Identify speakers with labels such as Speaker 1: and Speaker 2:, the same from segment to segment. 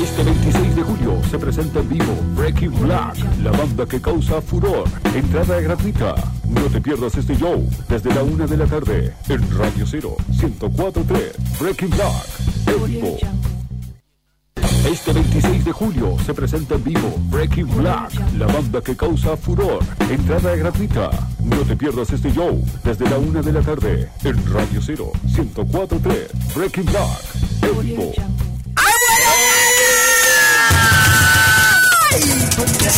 Speaker 1: Este 26 de julio se presenta en vivo Breaking Black, la banda que causa furor. Entrada gratuita. No te pierdas este show desde la una de la tarde en Radio 0 1043 Breaking Black en vivo. Este 26 de julio se presenta en vivo Breaking Black, la banda que causa furor. Entrada gratuita. No te pierdas este show desde la una de la tarde en Radio 0 1043 Breaking Black en vivo.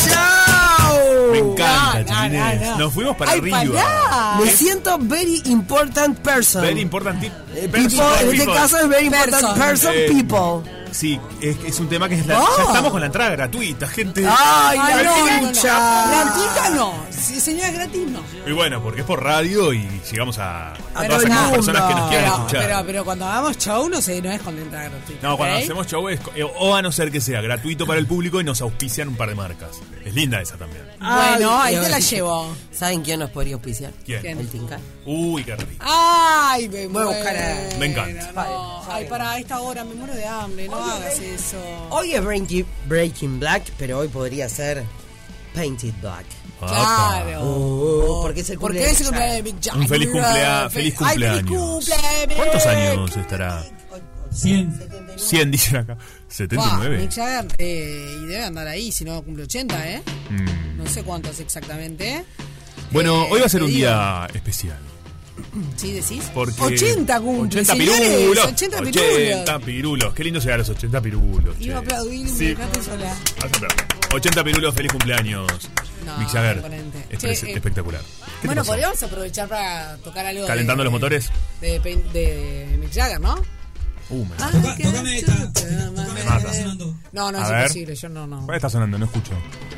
Speaker 2: Me
Speaker 3: ¡Chao!
Speaker 2: encanta,
Speaker 4: No, no,
Speaker 2: chiquines.
Speaker 4: no, no.
Speaker 2: Nos fuimos para
Speaker 4: Ay,
Speaker 2: arriba. ¿Eh?
Speaker 4: pará.
Speaker 3: Me siento very important person.
Speaker 2: Very important ti-
Speaker 3: people,
Speaker 2: person,
Speaker 3: en este
Speaker 2: people.
Speaker 3: caso es very important person,
Speaker 4: Person.
Speaker 2: Eh,
Speaker 3: people.
Speaker 2: Sí, es, es un tema que es la,
Speaker 3: Oh.
Speaker 2: ya estamos con la entrada gratuita, gente.
Speaker 3: Ay,
Speaker 4: Ay,
Speaker 3: la
Speaker 4: no, no, no.
Speaker 3: lucha.
Speaker 4: Gratuita no. Sí, señora, gratis no.
Speaker 2: Y bueno, porque es por radio y llegamos a,
Speaker 3: Pero
Speaker 2: todas aquellas
Speaker 3: no.
Speaker 2: personas que nos quieran
Speaker 4: Pero,
Speaker 2: escuchar.
Speaker 4: pero, pero cuando hagamos show no, sé, no es con entrada gratuita.
Speaker 2: no, cuando
Speaker 4: ¿ok?
Speaker 2: hacemos show es, co- eh, o a no ser que sea gratuito para el público y nos auspician un par de marcas. Es linda esa también.
Speaker 4: Bueno,
Speaker 3: Ay,
Speaker 4: ahí te
Speaker 3: Dios.
Speaker 4: la llevo.
Speaker 3: ¿Saben quién nos podría auspiciar?
Speaker 2: ¿Quién?
Speaker 4: ¿Quién?
Speaker 3: El Tinca.
Speaker 2: Uy, qué rico.
Speaker 4: Ay,
Speaker 3: Voy
Speaker 4: me
Speaker 3: a
Speaker 4: muero.
Speaker 3: buscar a-
Speaker 2: Me encanta.
Speaker 4: No, Ay, para esta hora me muero de hambre. No hagas eso.
Speaker 3: Hoy es Breaking, Breaking Black, pero hoy podría ser Painted Black.
Speaker 4: Claro.
Speaker 3: Oh, porque es el
Speaker 4: Porque
Speaker 3: cumpleaños
Speaker 4: es el
Speaker 3: de
Speaker 4: cumpleaños de Mick Jagger.
Speaker 2: Un feliz
Speaker 4: Ay,
Speaker 2: cumpleaños. Feliz cumpleaños.
Speaker 4: cumpleaños.
Speaker 2: ¿Cuántos años estará? 100. 100 dicen acá.
Speaker 4: Buah,
Speaker 2: 79.
Speaker 4: Mick Jagger, eh, y debe andar ahí, si no cumple 80, ¿eh?
Speaker 2: Mm.
Speaker 4: No sé cuántos exactamente.
Speaker 2: Bueno,
Speaker 4: Eh,
Speaker 2: hoy va a ser
Speaker 4: te
Speaker 2: un
Speaker 4: digo.
Speaker 2: día especial.
Speaker 4: ¿Sí decís?
Speaker 2: Porque
Speaker 4: 80 cumple,
Speaker 2: 80
Speaker 4: señores,
Speaker 2: pirulos.
Speaker 4: 80 pirulos.
Speaker 2: 80 pirulos. Qué lindo llegar a los 80 pirulos.
Speaker 4: Iba a
Speaker 2: che.
Speaker 4: aplaudir y me
Speaker 2: Sí.
Speaker 4: dejaste sola.
Speaker 2: Vas a aplaudir. 80 pirulos, feliz cumpleaños.
Speaker 4: No,
Speaker 2: Mick Jagger.
Speaker 4: imponente.
Speaker 2: Es
Speaker 4: Che,
Speaker 2: prese-
Speaker 4: eh,
Speaker 2: espectacular. ¿Qué te
Speaker 4: Bueno, Ah.
Speaker 2: pasó?
Speaker 4: podríamos aprovechar para tocar algo. de-
Speaker 2: ¿Calentando los motores?
Speaker 4: De, Pain- de Mick Jagger, ¿no?
Speaker 2: Uh, me-
Speaker 4: Ay, qué chuta, madre. No, no,
Speaker 2: A
Speaker 4: es
Speaker 2: ver.
Speaker 4: imposible, yo no, no.
Speaker 2: ¿Cuál está sonando? No escucho.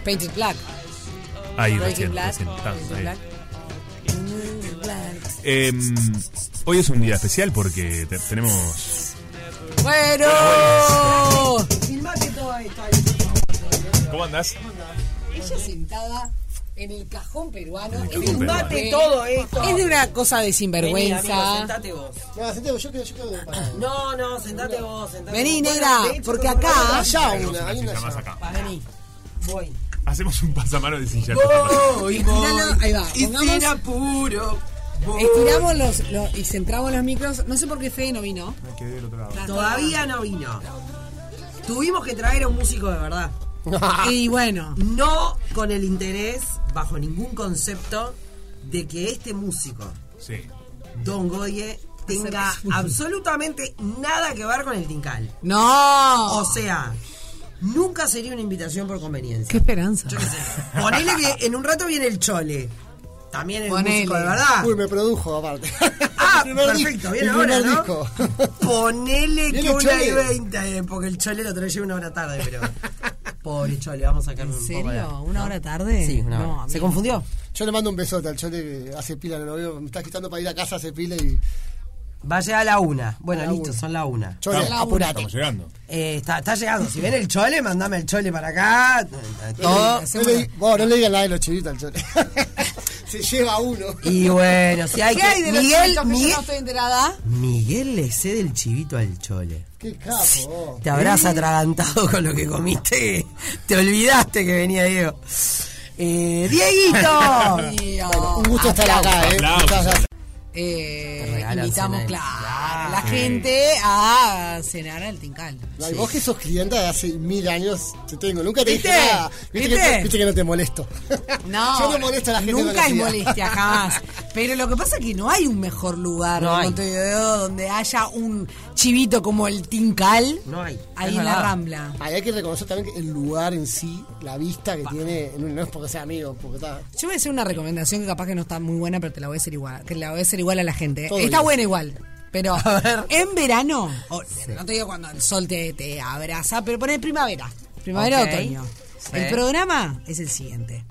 Speaker 4: Painted Black.
Speaker 2: Ahí,
Speaker 4: Breaking
Speaker 2: recién.
Speaker 4: Black.
Speaker 2: recién. Tan,
Speaker 4: Painted
Speaker 2: ahí.
Speaker 4: Black. Painted Black.
Speaker 2: Em, hoy es un día especial porque te- tenemos
Speaker 4: Bueno.
Speaker 3: Filmate todo esto.
Speaker 2: ¿Cómo andás?
Speaker 4: Ella sentada en el cajón peruano.
Speaker 2: En el
Speaker 4: en
Speaker 2: cajón
Speaker 4: un
Speaker 2: peruano.
Speaker 4: mate
Speaker 3: Filmate todo eh. esto.
Speaker 4: Es de una cosa de
Speaker 3: Vení, amigo,
Speaker 4: sinvergüenza.
Speaker 3: sentate vos.
Speaker 5: No, sentate vos, yo quedo, yo quedo de parado.
Speaker 3: No, no, sentate vos. Sentate
Speaker 4: Vení,
Speaker 3: vos.
Speaker 4: negra,
Speaker 3: Bueno, de hecho,
Speaker 4: porque
Speaker 3: como-
Speaker 4: acá-
Speaker 5: Allá
Speaker 2: Tenemos
Speaker 5: una,
Speaker 2: una
Speaker 5: hay una
Speaker 2: silla más
Speaker 5: allá.
Speaker 2: acá.
Speaker 4: Vení.
Speaker 3: Voy.
Speaker 2: Hacemos un pasamano de silla.
Speaker 3: Voy,
Speaker 4: Estiralo, ahí va,
Speaker 3: Y
Speaker 4: pongamos-
Speaker 3: sin apuro. Voy.
Speaker 4: Estiramos los, los- y centramos los micros. No sé por qué Fede no vino.
Speaker 3: Todavía no vino. Tuvimos que traer a un músico de verdad. Ah.
Speaker 4: Y bueno,
Speaker 3: No con el interés, bajo ningún concepto, de que este músico,
Speaker 2: Sí.
Speaker 3: Don Goye, tenga absolutamente nada que ver con el Tincal.
Speaker 4: no.
Speaker 3: O sea, nunca sería una invitación por conveniencia.
Speaker 4: Qué esperanza.
Speaker 3: Yo qué sé. Ponele que en un rato viene el Chole. También el
Speaker 4: Ponele.
Speaker 3: músico, de verdad.
Speaker 5: Uy, me produjo aparte.
Speaker 3: Ah,
Speaker 5: El primer
Speaker 3: perfecto,
Speaker 5: disco,
Speaker 3: viene
Speaker 5: el
Speaker 3: ahora,
Speaker 5: primer
Speaker 3: ¿no?
Speaker 5: disco.
Speaker 3: Ponele
Speaker 5: Viene
Speaker 3: que
Speaker 5: el
Speaker 3: una
Speaker 5: Chole.
Speaker 3: y 20, porque el Chole lo trae una hora tarde, pero... Pobre Chole, vamos a sacarle
Speaker 4: ¿En
Speaker 3: un poco de-
Speaker 4: serio? ¿Una hora tarde?
Speaker 3: Sí, una
Speaker 4: No,
Speaker 3: hora.
Speaker 4: amigo.
Speaker 3: ¿Se confundió?
Speaker 5: Yo le mando un besote al chole que hace pila, no lo veo. Me está quitando para ir a casa, hace pila y.
Speaker 3: Va a llegar a la una. Bueno,
Speaker 5: La
Speaker 3: listo,
Speaker 5: una.
Speaker 3: son la una.
Speaker 5: Chole,
Speaker 2: Estamos-
Speaker 5: apurate.
Speaker 2: Estamos llegando.
Speaker 3: Eh, está, está llegando. Si ven el Chole, mandame el Chole para acá.
Speaker 4: Eh,
Speaker 3: Todo.
Speaker 5: No le, vos, no le digan nada de los chivitos al chole. Se lleva uno.
Speaker 3: Y bueno, si hay
Speaker 4: ¿Qué hay
Speaker 3: que...
Speaker 4: de los
Speaker 3: Miguel,
Speaker 4: chicos que yo
Speaker 3: Miguel,
Speaker 4: no estoy enterada?
Speaker 3: Miguel le cede el chivito al Chole.
Speaker 5: Qué capo. vos.
Speaker 3: Te habrás
Speaker 4: ¿Eh?
Speaker 3: atragantado con lo que comiste. Te olvidaste que venía Diego. Eh, ¡Dieguito!
Speaker 4: Tío.
Speaker 5: Un gusto estar acá, eh.
Speaker 2: Aplausos.
Speaker 5: Muchas gracias.
Speaker 4: Ah, Eh,
Speaker 3: Te regalan
Speaker 4: invitamos,
Speaker 3: cena del-
Speaker 4: claro,
Speaker 3: Claro.
Speaker 4: la gente a cenar al Tincal.
Speaker 5: No, y vos que sos clienta de hace mil años, te tengo. Nunca te
Speaker 4: ¿Viste?
Speaker 5: dije nada. Viste,
Speaker 4: ¿Viste?
Speaker 5: Que, viste que no te molesto.
Speaker 4: No,
Speaker 5: Yo no molesto a la gente.
Speaker 4: nunca hay
Speaker 5: conocida.
Speaker 4: molestia, jamás. Pero lo que pasa es que no hay un mejor lugar
Speaker 3: No
Speaker 4: en
Speaker 3: hay.
Speaker 4: Montevideo donde haya un chivito como el Tincal.
Speaker 3: No hay.
Speaker 4: Ahí
Speaker 3: Es
Speaker 4: en la
Speaker 3: verdad.
Speaker 4: Rambla.
Speaker 5: Ahí hay que reconocer también que el lugar en sí, la vista que tiene, no no es porque sea amigo, porque está.
Speaker 4: Yo voy a hacer una recomendación que capaz que no está muy buena, pero te la voy a hacer igual, que la voy a hacer igual a la gente. ¿eh?
Speaker 5: Todo
Speaker 4: está
Speaker 5: bien.
Speaker 4: buena igual. Pero
Speaker 3: A ver.
Speaker 4: en verano, o- no te digo cuando el sol te, te abraza, pero poner primavera. Primavera o
Speaker 3: Ok.
Speaker 4: otoño.
Speaker 3: Sí.
Speaker 4: El programa es el siguiente.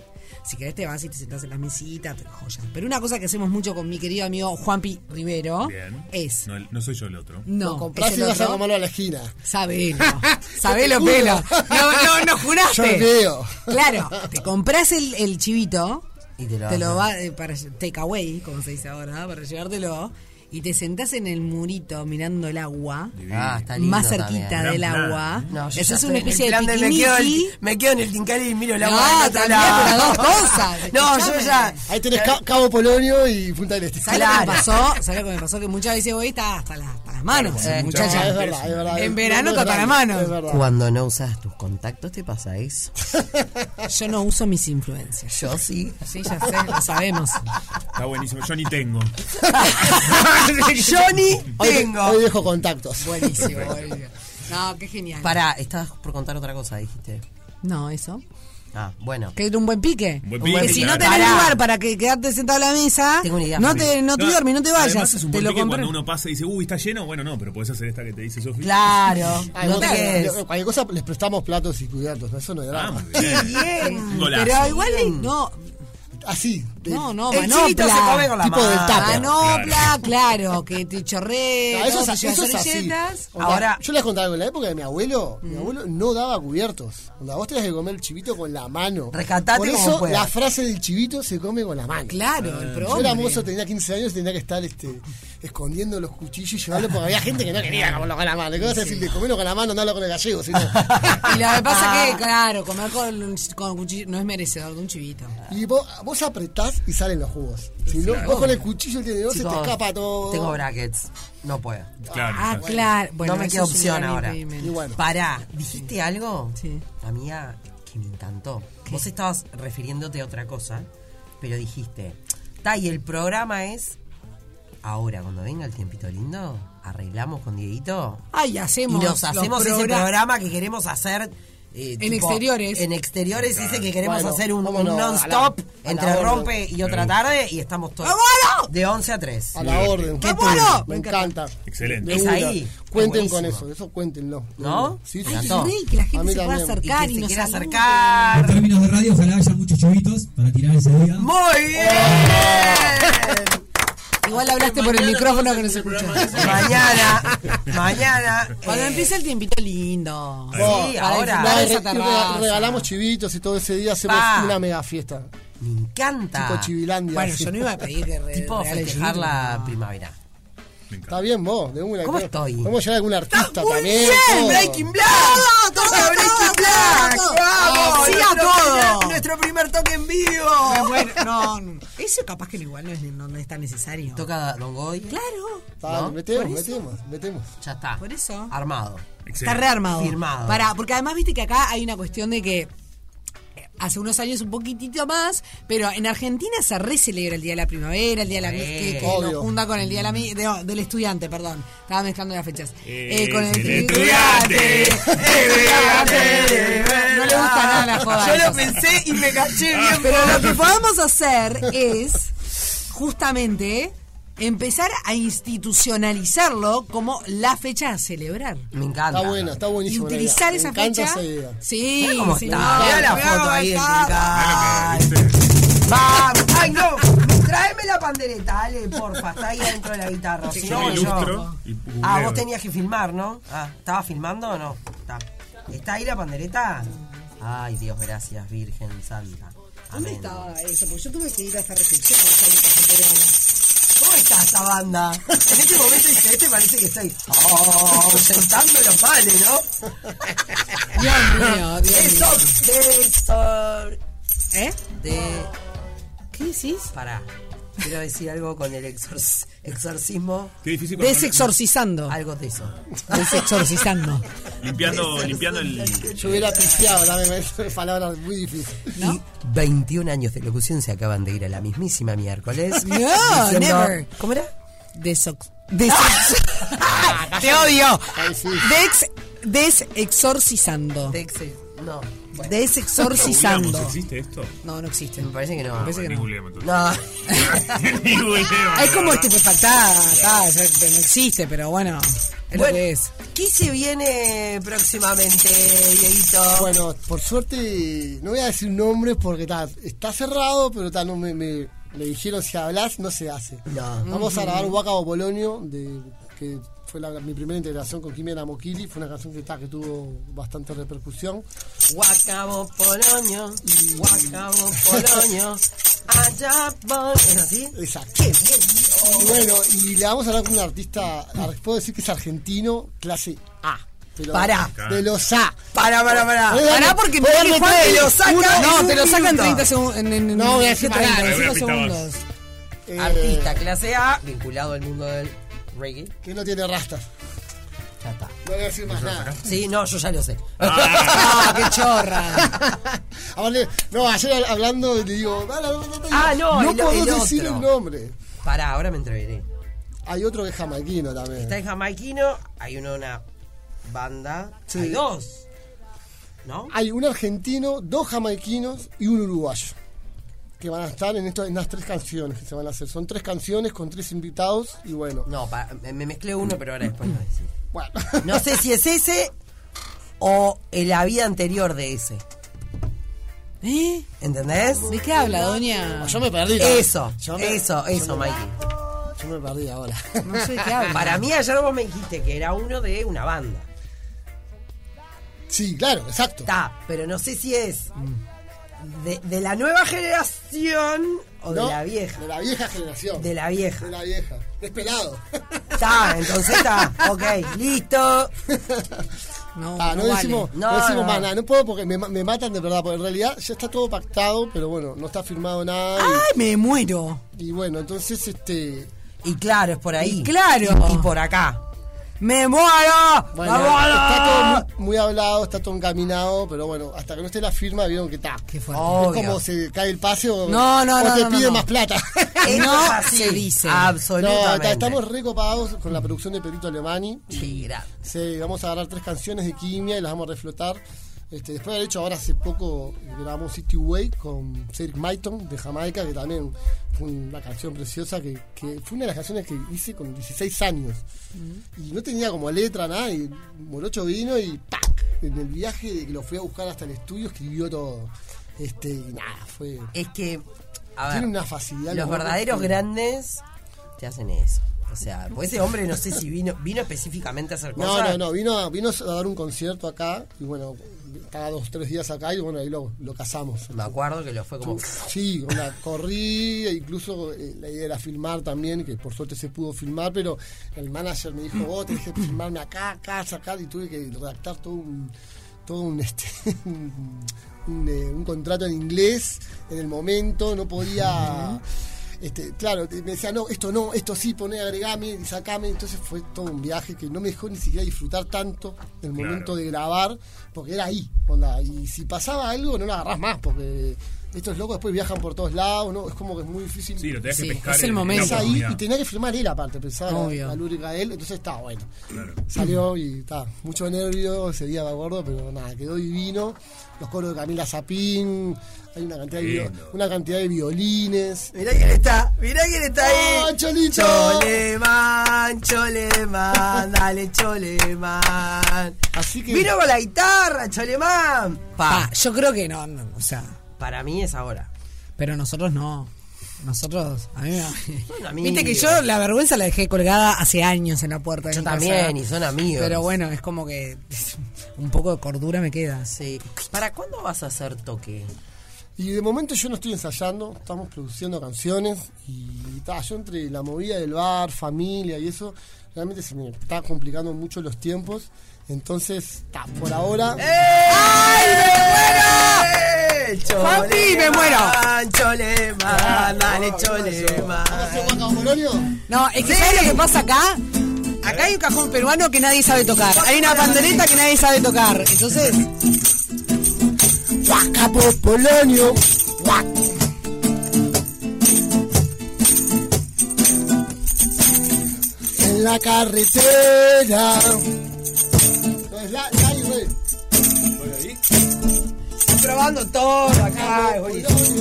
Speaker 4: Si querés te vas y te sentás en las mesitas, te joya. Pero una cosa que hacemos mucho con mi querido amigo Juanpi Rivero
Speaker 2: Bien.
Speaker 4: es.
Speaker 2: No, el- no soy yo el otro.
Speaker 4: No,
Speaker 5: Lo compras
Speaker 4: es
Speaker 5: y
Speaker 4: el
Speaker 5: vas a
Speaker 4: otro.
Speaker 5: comerlo a la esquina.
Speaker 4: Sabelo.
Speaker 5: Yo
Speaker 4: Sabelo,
Speaker 5: te juro.
Speaker 4: pelo. No, no, no juraste.
Speaker 5: Yo veo.
Speaker 4: Claro, te compras el, el chivito
Speaker 3: Y te lo vas a-
Speaker 4: te lo va eh, para lle- take away, como se dice ahora, ¿ah? para llevártelo. y te sentás en el murito mirando el agua,
Speaker 3: Ah, está lindo
Speaker 4: más cerquita
Speaker 3: también.
Speaker 4: del
Speaker 2: Gran plan.
Speaker 4: agua.
Speaker 3: No, yo ya
Speaker 4: Esa es
Speaker 3: estoy
Speaker 4: una
Speaker 3: en el
Speaker 4: especie de
Speaker 3: plan me quedo,
Speaker 4: piquiniqui.
Speaker 3: el- me quedo en el Tincal y miro el agua.
Speaker 4: No,
Speaker 3: del otro
Speaker 4: también,
Speaker 3: lado.
Speaker 4: pero dos cosas,
Speaker 3: No, yo
Speaker 4: escuchame.
Speaker 3: ya.
Speaker 5: Ahí tenés Ca- Cabo Polonio y Punta del Este.
Speaker 4: ¿Sabes lo que
Speaker 3: Claro.
Speaker 4: me pasó? ¿Sabes lo que me pasó? Que muchas veces voy hasta, hasta, las- hasta las manos,
Speaker 3: Eh,
Speaker 4: muchacha.
Speaker 5: es verdad, es verdad.
Speaker 4: En verano
Speaker 5: No, no
Speaker 4: toca
Speaker 5: es
Speaker 4: la
Speaker 5: verdad,
Speaker 4: mano.
Speaker 5: Es verdad.
Speaker 3: Cuando no usas tus contactos, ¿te pasa eso?
Speaker 4: Yo no uso mis influencias.
Speaker 3: Yo sí.
Speaker 4: Sí, ya sé, lo sabemos.
Speaker 2: Está buenísimo. Yo ni tengo.
Speaker 3: Johnny,
Speaker 5: Hoy,
Speaker 3: tengo.
Speaker 5: hoy dejo contactos.
Speaker 4: Buenísimo, buenísimo. No, qué genial.
Speaker 3: Pará, estabas por contar otra cosa, dijiste.
Speaker 4: No, eso.
Speaker 3: Ah, bueno.
Speaker 4: Que era un buen pique.
Speaker 2: Un buen
Speaker 4: Porque
Speaker 2: pique,
Speaker 4: si no
Speaker 2: claro.
Speaker 4: tenés
Speaker 3: Pará.
Speaker 4: lugar para que quedarte sentado a la mesa,
Speaker 3: Tengo una idea,
Speaker 4: no
Speaker 3: Juli.
Speaker 4: te, no te duermes, no te vayas.
Speaker 2: Además es un
Speaker 4: te
Speaker 2: buen
Speaker 4: lo
Speaker 2: pique
Speaker 4: compré.
Speaker 2: cuando uno pasa y dice, uy, está lleno. Bueno, no, pero podés hacer esta que te dice Sofi.
Speaker 3: Claro.
Speaker 5: Ay,
Speaker 3: no
Speaker 5: vos
Speaker 3: te
Speaker 5: tenés-
Speaker 3: quedes.
Speaker 5: cualquier cosa les prestamos platos y cubiertos, ¿no? eso no es
Speaker 2: Ah,
Speaker 5: drama.
Speaker 2: muy bien. Un golazo.
Speaker 4: Pero igual le- no,
Speaker 5: Así. de-
Speaker 4: no, no,
Speaker 3: El chinito se come con
Speaker 4: manopla.
Speaker 3: la
Speaker 5: Tipo del tupper.
Speaker 3: mano.
Speaker 4: Manopla, claro, que te chorré,
Speaker 5: Ah, eso es,
Speaker 4: te
Speaker 5: así,
Speaker 4: llevas
Speaker 5: eso es así.
Speaker 4: servilletas.
Speaker 5: Onda,
Speaker 3: Ahora-
Speaker 5: yo les contaba algo, en la época de mi abuelo, mi abuelo no daba cubiertos. Onda, vos tenías que comer el chivito con la mano.
Speaker 3: Rescatate
Speaker 5: Por
Speaker 3: como
Speaker 5: eso
Speaker 3: puedas.
Speaker 5: la frase del chivito se come con la mano.
Speaker 4: Claro, el
Speaker 5: Yo era
Speaker 4: problema.
Speaker 5: mozo, tenía 15 años, tenía que estar este, escondiendo los cuchillos y llevarlo porque había gente que no quería comerlo con la mano. ¿Qué vas a decirle? Comelo con la mano, no hablo con el gallego. sino-
Speaker 4: Y lo que pasa que, claro, comer con, un ch- con cuchillo no es merecedor de un chivito.
Speaker 5: y vos, vos apretás y salen los jugos. Si no, vos con el cuchillo tiene dos, se te
Speaker 3: Chicos,
Speaker 5: escapa todo.
Speaker 3: Tengo brackets. No puedo.
Speaker 2: Claro.
Speaker 4: Ah,
Speaker 2: claro.
Speaker 4: claro. Bueno,
Speaker 3: no me
Speaker 4: eso
Speaker 3: queda
Speaker 4: es un
Speaker 3: opción
Speaker 4: gran
Speaker 3: ahora.
Speaker 4: impedimento.
Speaker 5: Y bueno.
Speaker 3: Pará, ¿dijiste algo?
Speaker 4: Sí.
Speaker 3: Amiga, que me encantó. Vos estabas refiriéndote a otra cosa, pero dijiste, "Ta, y el programa es. Ahora, cuando venga el tiempito lindo, arreglamos con Dieguito
Speaker 4: Ay,
Speaker 3: y
Speaker 4: hacemos.
Speaker 3: nos
Speaker 4: los
Speaker 3: hacemos ese
Speaker 4: progra-
Speaker 3: programa que queremos hacer. eh,
Speaker 4: En exteriores.
Speaker 3: En exteriores dice que queremos
Speaker 5: Bueno,
Speaker 3: hacer un,
Speaker 5: cómo no,
Speaker 3: un non-stop
Speaker 5: a la- ¡Ah, a la
Speaker 3: entre
Speaker 5: orden.
Speaker 3: rompe y otra tarde y estamos todos.
Speaker 4: ¡Vámonos!
Speaker 3: De 11 a 3.
Speaker 5: A la orden.
Speaker 4: ¡Qué
Speaker 5: Qué
Speaker 4: bueno!
Speaker 5: tema,
Speaker 4: Me
Speaker 5: Me encanta.
Speaker 2: Excelente.
Speaker 5: De
Speaker 3: Es
Speaker 5: una.
Speaker 3: ahí.
Speaker 5: Cuenten
Speaker 3: Es
Speaker 5: con
Speaker 3: buenísimo.
Speaker 5: eso, eso cuéntenlo.
Speaker 3: ¿No?
Speaker 5: Sí, sí.
Speaker 4: Ay, qué
Speaker 3: Encantó.
Speaker 4: rey, que la
Speaker 5: A
Speaker 4: gente
Speaker 5: mí
Speaker 4: se pueda
Speaker 5: también.
Speaker 3: Y
Speaker 4: acercar
Speaker 3: que
Speaker 4: y,
Speaker 3: se
Speaker 4: nos
Speaker 3: quiera
Speaker 4: salude.
Speaker 6: En
Speaker 3: acercar.
Speaker 6: términos de radio, ojalá haya muchos chubitos para tirar ese día.
Speaker 3: ¡Muy bien!
Speaker 4: Igual hablaste por el micrófono que no se escuchó.
Speaker 3: mañana, mañana.
Speaker 4: Cuando
Speaker 3: eh,
Speaker 4: empiece el tiempito lindo.
Speaker 3: Sí, ahora.
Speaker 5: No,
Speaker 4: disfrutar esa
Speaker 5: y re- y re-
Speaker 4: terraza.
Speaker 5: regalamos chivitos y todo ese día hacemos
Speaker 3: Pa. Ah.
Speaker 5: una mega fiesta.
Speaker 3: Me encanta.
Speaker 5: Tipo Chivilandia.
Speaker 4: Bueno,
Speaker 5: así.
Speaker 4: yo no iba a pedir que re-
Speaker 3: Tipo
Speaker 4: regale
Speaker 3: festejar
Speaker 4: chiquito,
Speaker 3: la
Speaker 4: no.
Speaker 3: primavera.
Speaker 2: Me encanta.
Speaker 5: Está bien vos, de una.
Speaker 3: ¿Cómo
Speaker 5: que-
Speaker 3: estoy?
Speaker 5: Vamos a llevar a algún artista
Speaker 3: ¡Muy
Speaker 5: también.
Speaker 3: bien!
Speaker 5: todo.
Speaker 3: ¡Breaking Black!
Speaker 4: Todo, todo,
Speaker 3: ¡Toca
Speaker 4: todo,
Speaker 3: Breaking
Speaker 4: todo,
Speaker 3: Black!
Speaker 4: todo.
Speaker 3: ¡Vamos!
Speaker 4: Sí, a
Speaker 3: Nuestro
Speaker 4: todo.
Speaker 3: primer- ¡Nuestro primer toque en vivo!
Speaker 4: Pero bueno, no, no. Eso capaz que igual no es, no, no es tan necesario.
Speaker 3: Toca Don Goy.
Speaker 4: Claro.
Speaker 5: Está,
Speaker 3: ¿No?
Speaker 5: Metemos,
Speaker 4: Por eso.
Speaker 5: metemos, metemos.
Speaker 3: Ya está.
Speaker 4: Por eso.
Speaker 3: Armado.
Speaker 4: Está
Speaker 2: Excelente.
Speaker 4: rearmado.
Speaker 3: Firmado.
Speaker 4: Para, porque además viste que acá hay una cuestión de que eh, hace unos años un poquitito más, pero en Argentina se re celebra el Día de la Primavera, el Día de la
Speaker 3: Sí,
Speaker 4: que, que
Speaker 5: obvio.
Speaker 4: lo junta con el Día de la Mi- de- oh, del Estudiante, perdón. Estaba mezclando las fechas. Eh,
Speaker 2: Es el estudiante,
Speaker 4: No le gusta nada la joda. a
Speaker 3: Yo
Speaker 4: ellos.
Speaker 3: lo pensé y me caché bien.
Speaker 4: Pero lo que podemos hacer es justamente empezar a institucionalizarlo como la fecha a celebrar.
Speaker 3: Me encanta.
Speaker 5: Está buena, está
Speaker 4: Y
Speaker 5: buenísima. la idea.
Speaker 4: utilizar
Speaker 5: Me
Speaker 4: esa
Speaker 5: encanta
Speaker 4: fecha.
Speaker 5: esa idea.
Speaker 4: Sí,
Speaker 3: Mirá cómo
Speaker 4: sí.
Speaker 3: está. Mirá la
Speaker 4: Mirá
Speaker 3: foto
Speaker 4: cómo
Speaker 3: ahí del
Speaker 4: está.
Speaker 3: Tincal. Vamos. Ay, no. Tráeme la pandereta, dale, porfa. Está ahí adentro de la guitarra. Si
Speaker 2: Yo
Speaker 3: no,
Speaker 2: me
Speaker 3: yo.
Speaker 2: ilustro y googleo.
Speaker 3: Ah, vos tenías que filmar, ¿no? Ah, ¿estabas filmando o no? Está. ¿Está ahí la pandereta? Ay, Dios, gracias, Virgen Santa.
Speaker 4: ¿Dónde
Speaker 3: Amén.
Speaker 4: estaba eso? Porque yo tuve que ir a esta recepción. o sea, nunca se enteraron.
Speaker 3: ¿Cómo está esta banda? En este momento dice, este parece que estoy oh, sentando los males, ¿no?
Speaker 4: Dios mío, Dios mío.
Speaker 3: Eso, eso,
Speaker 4: ¿Eh?
Speaker 3: de...
Speaker 4: ¿Qué decís?
Speaker 3: Pará, quiero decir algo con el exorci- exorcismo,
Speaker 2: Qué difícil. cuando-
Speaker 4: Desexorcizando.
Speaker 3: algo de eso.
Speaker 4: Desexorcizando.
Speaker 2: Limpiando, limpiando el.
Speaker 5: Yo hubiera pisteado, dame me- palabras muy difíciles.
Speaker 3: Y 21 años de locución se acaban de ir a la mismísima miércoles.
Speaker 4: No, never.
Speaker 3: ¿Cómo era?
Speaker 4: Desox. Ah, Desex- Te odio.
Speaker 5: Ay, sí.
Speaker 4: Dex. Desexorcizando.
Speaker 3: De exe- eh, No, bueno,
Speaker 4: Desexorcizando.
Speaker 2: Googleamos, ¿Existe esto?
Speaker 4: No, no existe.
Speaker 3: me parece que no.
Speaker 4: parece que
Speaker 2: Ni
Speaker 4: no.
Speaker 2: googleamos, entonces.
Speaker 3: No,
Speaker 2: Ni googleamos,
Speaker 4: Es como este
Speaker 2: ¿verdad?
Speaker 4: estupefactada, está, ya que no existe, pero bueno, es lo
Speaker 3: Bueno,
Speaker 4: que es.
Speaker 3: ¿Qué se viene próximamente,
Speaker 4: Ah.
Speaker 3: Dieguito?
Speaker 5: Bueno, por suerte, no voy a decir nombres porque está, está cerrado, pero tal no me, me- me dijeron si hablas no se hace.
Speaker 3: No.
Speaker 5: Vamos a grabar Waka o Polonio, de, que fue la- mi primera integración con Quimena Moquili, fue una canción que, está, que tuvo bastante repercusión.
Speaker 3: Guacabo Polonio, Guacabo Polonio, allá voy. ¿Es así?
Speaker 5: Exacto.
Speaker 3: ¡Qué bien!
Speaker 5: Y bueno, y le vamos a hablar con un artista, ar- puedo decir que es argentino, clase
Speaker 3: Ah.
Speaker 5: A. pero
Speaker 4: Pará.
Speaker 5: De los A.
Speaker 4: Para, para, para.
Speaker 5: Podés
Speaker 4: Pará
Speaker 5: darme-
Speaker 4: porque
Speaker 5: podés
Speaker 4: Miguel
Speaker 5: darme
Speaker 4: Juan te
Speaker 5: tres,
Speaker 4: lo saca.
Speaker 5: una-
Speaker 4: en un
Speaker 5: no, te lo sacan
Speaker 4: minuto.
Speaker 5: 30
Speaker 4: segundos. En, en,
Speaker 5: No, voy a decir
Speaker 4: en
Speaker 5: pará,
Speaker 2: voy
Speaker 4: 35
Speaker 2: a apretar
Speaker 4: segundos.
Speaker 5: Eh,
Speaker 3: Artista clase A, vinculado al mundo del reggae.
Speaker 5: Que no tiene rastas.
Speaker 3: Ya está.
Speaker 5: No voy a decir más nada.
Speaker 3: Sí, no, yo ya lo sé.
Speaker 4: Ah, qué chorra.
Speaker 5: Aparte, no, ayer hab- hablando le digo, "Ah, no, no, no, no,
Speaker 3: Ah, no,
Speaker 5: no
Speaker 3: el- el
Speaker 5: podés decir
Speaker 3: otro.
Speaker 5: el nombre.
Speaker 3: Pará, ahora me entreveré.
Speaker 5: Hay otro que es jamaiquino también.
Speaker 3: Está el jamaiquino, hay uno, una banda.
Speaker 5: Sí.
Speaker 3: Hay dos. ¿No?
Speaker 5: Hay un argentino, dos jamaiquinos y un uruguayo. Que van a estar en, esto, en las tres canciones que se van a hacer. Son tres canciones con tres invitados y bueno.
Speaker 3: No, pa- me me mezclé uno, pero ahora después lo decís.
Speaker 5: Bueno.
Speaker 3: No sé si es ese o en la vida anterior de ese.
Speaker 4: ¿Eh?
Speaker 3: ¿Entendés?
Speaker 4: ¿De qué habla, doña?
Speaker 5: Yo me perdí. la-
Speaker 3: Eso,
Speaker 5: yo me-
Speaker 3: eso, eso, Mikey.
Speaker 5: Yo me perdí ahora.
Speaker 4: No sé de qué habla.
Speaker 3: Para mí ayer vos me dijiste que era uno de una banda.
Speaker 5: Sí, claro, exacto.
Speaker 3: Está, pero no sé si es de, de la nueva generación o
Speaker 5: Mm. ¿No?
Speaker 3: de la vieja.
Speaker 5: De la vieja generación.
Speaker 3: De la
Speaker 5: De
Speaker 3: vieja.
Speaker 5: la vieja. Despelado.
Speaker 3: Está, entonces está. Ok, listo.
Speaker 4: No,
Speaker 5: Ah, no,
Speaker 4: no vale.
Speaker 5: decimos, no
Speaker 3: No,
Speaker 5: decimos
Speaker 3: no.
Speaker 5: más nada. No puedo porque me, ma- me matan de verdad. Porque en realidad ya está todo pactado, pero bueno, no está firmado nada. y-
Speaker 4: Ay, me muero.
Speaker 5: Y bueno, entonces, este.
Speaker 3: Y claro, es por ahí.
Speaker 4: Y claro.
Speaker 3: Y, y por acá.
Speaker 4: ¡Me muero!
Speaker 5: Bueno,
Speaker 4: ¡Vamos a la-
Speaker 5: está todo muy, muy hablado, está todo encaminado, pero bueno, hasta que no esté la firma, vieron que está.
Speaker 4: Qué fuerte.
Speaker 5: Es
Speaker 3: Obvio.
Speaker 5: como se cae el pase o,
Speaker 4: No, no,
Speaker 5: o
Speaker 4: no,
Speaker 5: te
Speaker 4: no, no,
Speaker 5: piden
Speaker 4: no.
Speaker 5: más plata.
Speaker 3: Esto
Speaker 4: No
Speaker 3: es así.
Speaker 4: se dice.
Speaker 5: no,
Speaker 3: Absolutamente.
Speaker 5: está- estamos recopados con la producción de Perito Alemani.
Speaker 3: Sí, grande.
Speaker 5: Sí, vamos a agarrar tres canciones de Quimia y las vamos a reflotar. Este, después de haber hecho ahora hace poco, eh, grabamos City Way con Cedric Maiton de Jamaica, que también fue una canción preciosa, que, que fue una de las canciones que hice con 16 años. Y no tenía como letra, nada, y Morocho vino y ¡pac! En el viaje de que lo fui a buscar hasta el estudio, escribió todo. Este, y nada, fue...
Speaker 3: Es que, a ver,
Speaker 5: Tiene una facilidad.
Speaker 3: los
Speaker 5: ¿no?
Speaker 3: verdaderos
Speaker 5: Que-
Speaker 3: grandes te hacen eso. O sea, pues ese hombre no sé si vino vino específicamente a hacer
Speaker 5: No,
Speaker 3: cosas.
Speaker 5: no, no, vino a, vino a dar un concierto acá y bueno, estaba dos, tres días acá y bueno, ahí lo, lo casamos.
Speaker 3: Me acuerdo que lo fue como...
Speaker 5: Sí, una, corrí, e incluso eh, la idea era filmar también, que por suerte se pudo filmar, pero el manager me dijo, vos tenés que filmarme acá, acá, acá, y tuve que redactar todo un, todo un, este, un, un, eh, un contrato en inglés en el momento, no podía... Este, claro, te- me decía, no, esto no, esto sí, poné, agregame, y sacame. Entonces fue todo un viaje que no me dejó ni siquiera disfrutar tanto del momento de grabar, porque era ahí. onda, Y si pasaba algo, no lo agarrás más, porque estos locos después viajan por todos lados, ¿no? Es como que es muy difícil.
Speaker 2: Sí, lo tenés
Speaker 4: Sí,
Speaker 2: que pescar.
Speaker 4: es el
Speaker 2: en- en la
Speaker 4: momento.
Speaker 5: es ahí
Speaker 2: oportunidad.
Speaker 5: y tenía que firmar él aparte, pensaba
Speaker 4: Obvio.
Speaker 5: a Lúrica él, entonces está bueno. Salió y está, mucho nervio, ese día me acuerdo, pero nada, quedó divino. Los coros de Camila Zapín, hay una cantidad de, vi-
Speaker 2: Lindo.
Speaker 5: una cantidad de violines.
Speaker 3: Mirá quién está, mirá quién está
Speaker 5: ¡Ah,
Speaker 3: ahí.
Speaker 5: Cholito!
Speaker 3: Choleman, Choleman, dale Choleman.
Speaker 5: Así que-
Speaker 3: Vino con la guitarra, Choleman. Pa.
Speaker 4: Ah, yo creo que no, no, o sea,
Speaker 3: Para mí es ahora.
Speaker 4: pero nosotros no. Nosotros, a mí me...
Speaker 3: Son amigos.
Speaker 4: Viste que yo la vergüenza la dejé colgada hace años en la puerta de
Speaker 3: Yo
Speaker 4: mi casa.
Speaker 3: también, y son amigos.
Speaker 4: Pero bueno, es como que un poco de cordura me queda.
Speaker 3: Sí. ¿Para cuándo vas a hacer toque?
Speaker 5: Y de momento yo no estoy ensayando, estamos produciendo canciones y ta, yo entre la movida del bar, familia y eso, realmente se me está complicando mucho los tiempos. Entonces, ta, por ahora...
Speaker 3: ¡Ay, me muero!
Speaker 4: ¡Papi, me muero!
Speaker 3: Choleman, dale
Speaker 5: ¿Vamos a hacer
Speaker 3: Choleman.
Speaker 5: Juan Camolonio?
Speaker 4: No, es que ¿sabes lo que pasa acá? Acá hay un cajón peruano que nadie sabe tocar. Hay una pandereta que nadie sabe tocar. Entonces,
Speaker 5: Guacapo Polonio. Guac. En la carretera. No, es la, la y re.
Speaker 3: probando todo acá. es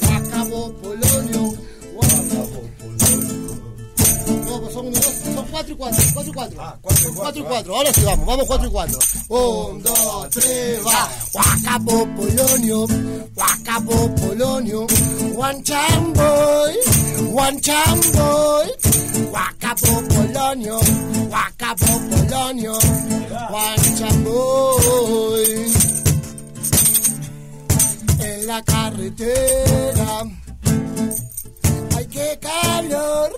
Speaker 5: Guacapo
Speaker 3: buenísimo.
Speaker 5: Polonio. Guacapo Polonio. Guacapo Polonio. No, pues son, uno, dos, son cuatro y cuatro, cuatro y cuatro. Ah, cuatro, y cuatro. Ahora sí vamos, vamos cuatro y cuatro. Un, dos, tres, va. Guacapo Polonio, Guacapo Polonio, One Time Boy, One Time Boy, Guacapo Polonio, Guacapo Polonio, One Time Boy. En la carretera. Ay, qué calor,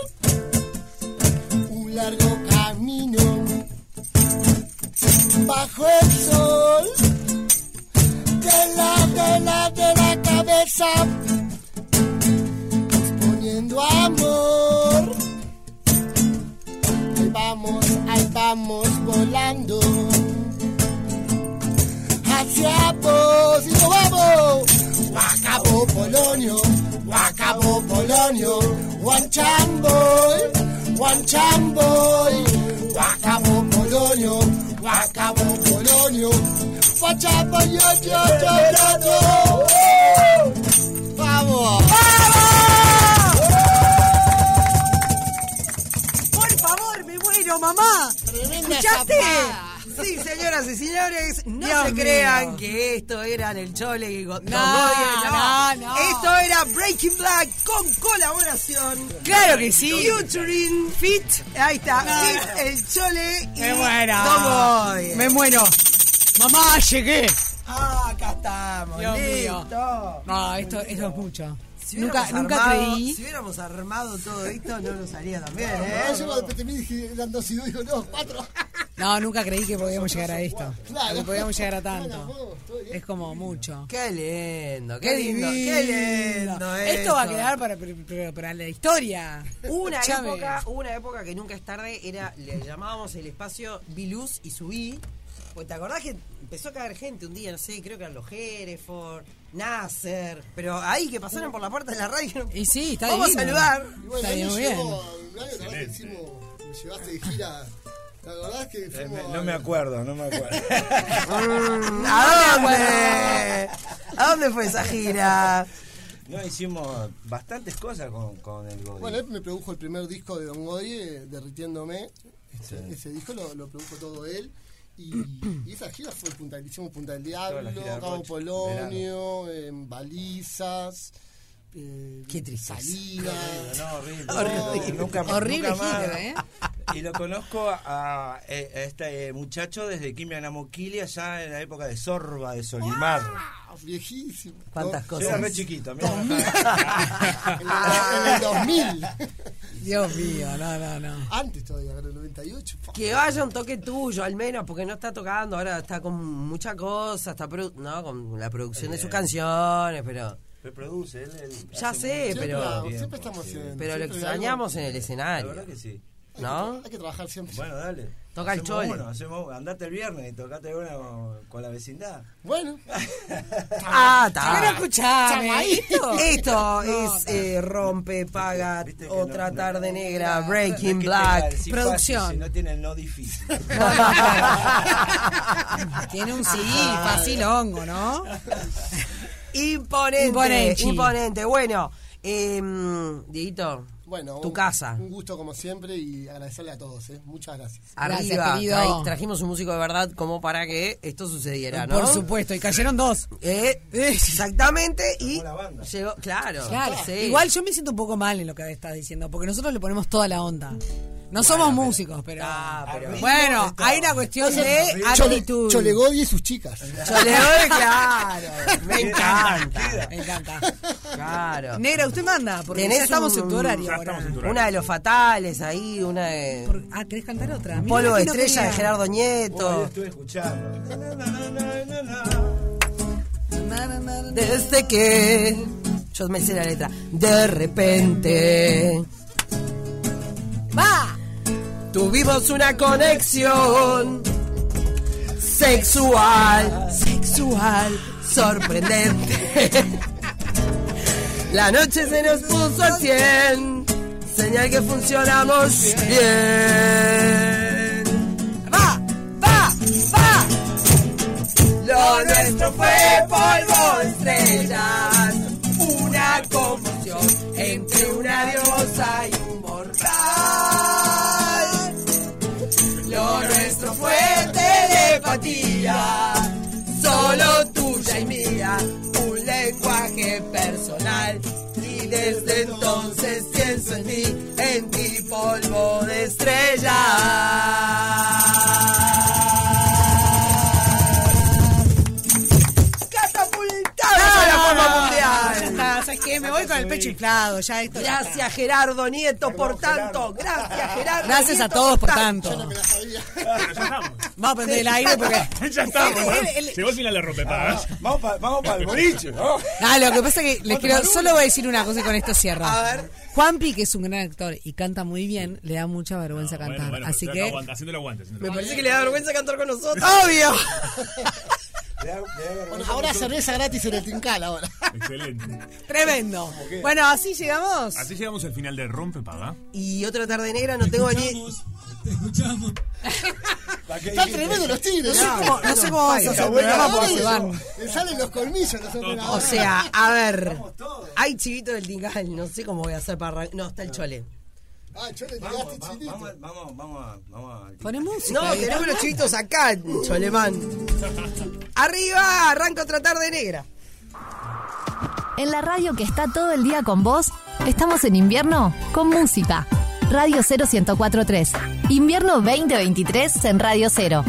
Speaker 5: WhatsApp exponiendo amor. Ahí vamos, ahí vamos volando hacia vos y nos vamos. Guacabo Polonio, Guacabo Polonio, Guanchamboy, Guanchamboy, Guacabo Polonio, Guacabo Polonio, Guachambo yo yo yo yo yo. ¡Uh! Vamos.
Speaker 4: Por favor, me muero, mamá.
Speaker 5: Tremenda
Speaker 4: ¿Escuchaste?
Speaker 5: zapada.
Speaker 3: Sí, señoras y señores, no
Speaker 4: Dios
Speaker 3: se
Speaker 4: mío.
Speaker 3: crean que esto eran el Chole y Go-
Speaker 4: No,
Speaker 3: Gogoy,
Speaker 4: no, no.
Speaker 3: Esto era Breaking Black con colaboración.
Speaker 4: Claro que sí.
Speaker 3: Featuring Fit, ahí está, Fit, el Chole y
Speaker 4: Me muero.
Speaker 3: Don Godoy.
Speaker 4: Me muero. Mamá, llegué.
Speaker 3: Ah, acá estamos,
Speaker 4: Dios mío.
Speaker 3: listo.
Speaker 4: No, esto, esto es mucho.
Speaker 3: Si
Speaker 4: nunca
Speaker 3: hubiéramos
Speaker 4: nunca
Speaker 3: armado-
Speaker 4: creí.
Speaker 3: Si hubiéramos armado todo esto, no nos salía tan bien, ¿eh?
Speaker 5: Eh, yo cuando te miré dije, eran dos y dos, digo, no, cuatro.
Speaker 4: No, nunca creí que podíamos llegar a esto.
Speaker 5: Claro.
Speaker 4: Que podíamos llegar a
Speaker 5: Bueno,
Speaker 4: tanto.
Speaker 5: vos, estoy bien.
Speaker 4: Es como mucho.
Speaker 3: Qué lindo, qué, lindo, qué lindo.
Speaker 4: Esto va a
Speaker 3: eso.
Speaker 4: quedar para, para- para la historia.
Speaker 3: Una
Speaker 4: Escuchame.
Speaker 3: época, una época que nunca es tarde, era, le llamábamos el espacio Viluz y Subí. Pues te acordás que empezó a caer gente un día, no sé, creo que eran los Hereford, Nasser, pero ahí que pasaron por la puerta de la radio.
Speaker 4: Y sí, está
Speaker 3: Vamos
Speaker 4: divino.
Speaker 3: a saludar.
Speaker 5: Y
Speaker 4: Está
Speaker 5: bueno, ahí
Speaker 4: bien,
Speaker 5: me
Speaker 4: muy bien.
Speaker 5: llevó, un año, la verdad que hicimos- me llevaste de gira. La verdad es que
Speaker 7: Eh,
Speaker 5: fuimos
Speaker 7: me-
Speaker 5: a-
Speaker 7: No me acuerdo, no me acuerdo.
Speaker 3: ¿A
Speaker 4: Ah,
Speaker 3: dónde? ¿A dónde fue esa gira?
Speaker 7: No, hicimos bastantes cosas con, con el Godi.
Speaker 5: Bueno, él me produjo el primer disco de Don Goye, Derritiéndome. Este,
Speaker 7: Sí.
Speaker 5: Ese disco lo, lo produjo todo él. Y, y esa gira fue Punta, hicimos Punta del
Speaker 7: la
Speaker 5: Diablo,
Speaker 7: gira de
Speaker 5: Cabo
Speaker 7: Roche,
Speaker 5: Polonio, en Balizas. eh,
Speaker 3: Qué tristeza.
Speaker 5: Salinas.
Speaker 7: No, horrible. horrible. Nunca, más-
Speaker 4: Horrible
Speaker 7: nunca más.
Speaker 4: Hitler, ¿eh?
Speaker 7: Y lo conozco a, a este muchacho desde Kimia Namoquili, allá en la época de Sorba, de Solimar.
Speaker 5: Ah, Viejísimo.
Speaker 3: ¿Cuántas
Speaker 5: No,
Speaker 7: Yo era
Speaker 3: cosas?
Speaker 7: re chiquito. mirá.
Speaker 5: En, el- en el 2000.
Speaker 4: Dios mío, no, no, no.
Speaker 5: Antes todavía, en el 98. fa.
Speaker 3: Que vaya un toque tuyo, al menos, porque no está tocando, ahora está con mucha cosa, está produ- no, con la producción de sus canciones, pero
Speaker 7: Reproduce, él. él
Speaker 3: Ya
Speaker 7: hace
Speaker 3: sé,
Speaker 7: mucho
Speaker 5: Siempre,
Speaker 3: pero-
Speaker 5: la-
Speaker 7: tiempo,
Speaker 5: siempre estamos
Speaker 7: sí.
Speaker 5: en-
Speaker 3: pero lo
Speaker 5: siempre hay algo.
Speaker 3: extrañamos en el
Speaker 7: La
Speaker 3: escenario,
Speaker 7: verdad que sí.
Speaker 3: ¿no?
Speaker 5: Hay que trabajar siempre.
Speaker 7: Bueno, dale.
Speaker 3: Toca el
Speaker 7: Hacemos
Speaker 3: chole.
Speaker 7: Uno, hacemos, andate el viernes y tocate una con, con la vecindad.
Speaker 5: Bueno,
Speaker 3: Ah, está.
Speaker 4: Pero escuchame, esto-
Speaker 3: Esto es eh, Rompe, Paga,
Speaker 7: Viste que
Speaker 3: Otra
Speaker 7: no- no-
Speaker 3: Tarde Negra,
Speaker 7: No
Speaker 3: Breaking
Speaker 7: es que tenga
Speaker 3: Black.
Speaker 7: el sí
Speaker 4: producción.
Speaker 7: fácil, Si no tiene el no difícil.
Speaker 4: Tiene un sí, fácil hongo, ¿no?
Speaker 3: Imponente. Imponente.
Speaker 4: Imponente.
Speaker 3: Bueno, eh, Dieguito,
Speaker 5: bueno.
Speaker 3: tu
Speaker 5: un-
Speaker 3: casa.
Speaker 5: Un gusto como siempre y agradecerle a todos. ¿eh? Muchas gracias.
Speaker 4: Gracias,
Speaker 3: Arriba,
Speaker 4: querido.
Speaker 3: Ahí trajimos un músico de verdad como para que esto sucediera, ¿no?
Speaker 4: Por supuesto, y cayeron dos.
Speaker 3: Eh, exactamente, y
Speaker 7: Llegó la banda.
Speaker 3: llegó, claro,
Speaker 4: Claro,
Speaker 3: sí.
Speaker 4: igual yo me siento un poco mal en lo que estás diciendo, porque nosotros le ponemos toda la onda. No somos músicos, pero...
Speaker 3: Ah, pero-
Speaker 4: Bueno, hay una cuestión de
Speaker 5: Chole-
Speaker 4: actitud.
Speaker 5: Cholegodi y sus chicas.
Speaker 3: Yo le doy, claro, me encanta,
Speaker 4: Me encanta.
Speaker 3: claro.
Speaker 4: Negra, usted manda, porque
Speaker 3: Tenés
Speaker 4: ya estamos
Speaker 3: un-
Speaker 4: en tu horario
Speaker 2: ya
Speaker 4: ahora.
Speaker 2: estamos en tu-
Speaker 3: Una de los fatales ahí, una de...
Speaker 4: Por- ah, ¿querés cantar otra? Mira,
Speaker 3: Polvo de
Speaker 4: ¿quién no
Speaker 3: estrella de
Speaker 4: quería?
Speaker 3: Gerardo
Speaker 7: Hoy
Speaker 3: Nieto.
Speaker 7: estuve escuchando. Na, na, na, na, na, na.
Speaker 4: Na, na, na, na.
Speaker 3: Desde que yo me sé la letra. De repente
Speaker 4: ¡Va!
Speaker 3: tuvimos una conexión sexual, sexual, sorprendente. La noche se nos puso a 100, señal que funcionamos bien. Va, va, va. Lo nuestro fue polvo estrellas, una confusión entre una diosa y un mortal. Lo nuestro fue telepatía, solo tuya y mía, un lenguaje personal. Y desde entonces pienso en ti, en ti polvo de estrellas. ¡Catapultada a la forma mundial!
Speaker 4: Ya Ah, está, ¿sabes qué? Me voy con el pecho inflado, ya esto. ya está.
Speaker 3: Gracias Gerardo Nieto por tanto.
Speaker 8: Gerardo.
Speaker 3: Gracias Gerardo.
Speaker 4: Gracias a
Speaker 3: Nieto,
Speaker 4: todos por tanto.
Speaker 2: Bueno, ya estamos.
Speaker 4: Vamos a prender el aire porque.
Speaker 2: Ya estamos. ¿no?
Speaker 7: ¿eh?
Speaker 4: Él- él-
Speaker 2: Llegó el Ah, final de rompepagas.
Speaker 8: Vamos para vamos pa el boliche, ¿no?
Speaker 4: No, Ah, lo que pasa es que les quiero, solo voy a decir una cosa y con esto cierro.
Speaker 3: A ver.
Speaker 4: Juanpi, que es un gran actor y canta muy bien, le da mucha vergüenza
Speaker 2: Bueno,
Speaker 4: cantar.
Speaker 2: bueno,
Speaker 4: así
Speaker 2: pero
Speaker 4: que.
Speaker 2: aguanta, Haciéndolo aguante. haciéndolo
Speaker 3: Me
Speaker 2: aguante.
Speaker 3: parece que le da vergüenza cantar con nosotros.
Speaker 4: ¡Obvio!
Speaker 8: Le da- le da vergüenza.
Speaker 5: Bueno, ahora cerveza gratis en el Trincal ahora.
Speaker 2: Excelente.
Speaker 4: Tremendo. Bueno, así llegamos.
Speaker 2: Así llegamos al final de Rompepaga.
Speaker 3: Y otra tarde negra, no tengo ni.
Speaker 9: Te escuchamos.
Speaker 8: ¿Para qué
Speaker 5: Están
Speaker 8: dijiste?
Speaker 5: tremendos los tigres.
Speaker 4: No,
Speaker 5: ¿eh?
Speaker 4: sé cómo- no sé cómo vamos a hacer el programa porque se van.
Speaker 5: Le salen los colmillos a los
Speaker 3: O
Speaker 5: operadores.
Speaker 3: sea, a ver. Hay chivito del tingal, no sé cómo voy a hacer para arran- No, está el chole.
Speaker 5: Ah, yo le
Speaker 8: Vamos,
Speaker 5: tiraste
Speaker 8: vamos,
Speaker 5: chilito.
Speaker 8: vamos, vamos, vamos, a- vamos a-
Speaker 4: Poné música.
Speaker 3: No,
Speaker 4: ahí.
Speaker 3: tenemos los chivitos acá, cholemán. Arriba, arranca otra tarde negra.
Speaker 10: En la radio que está todo el día con vos, estamos en invierno con música. Radio 0104.3. Invierno 2023 en Radio 0.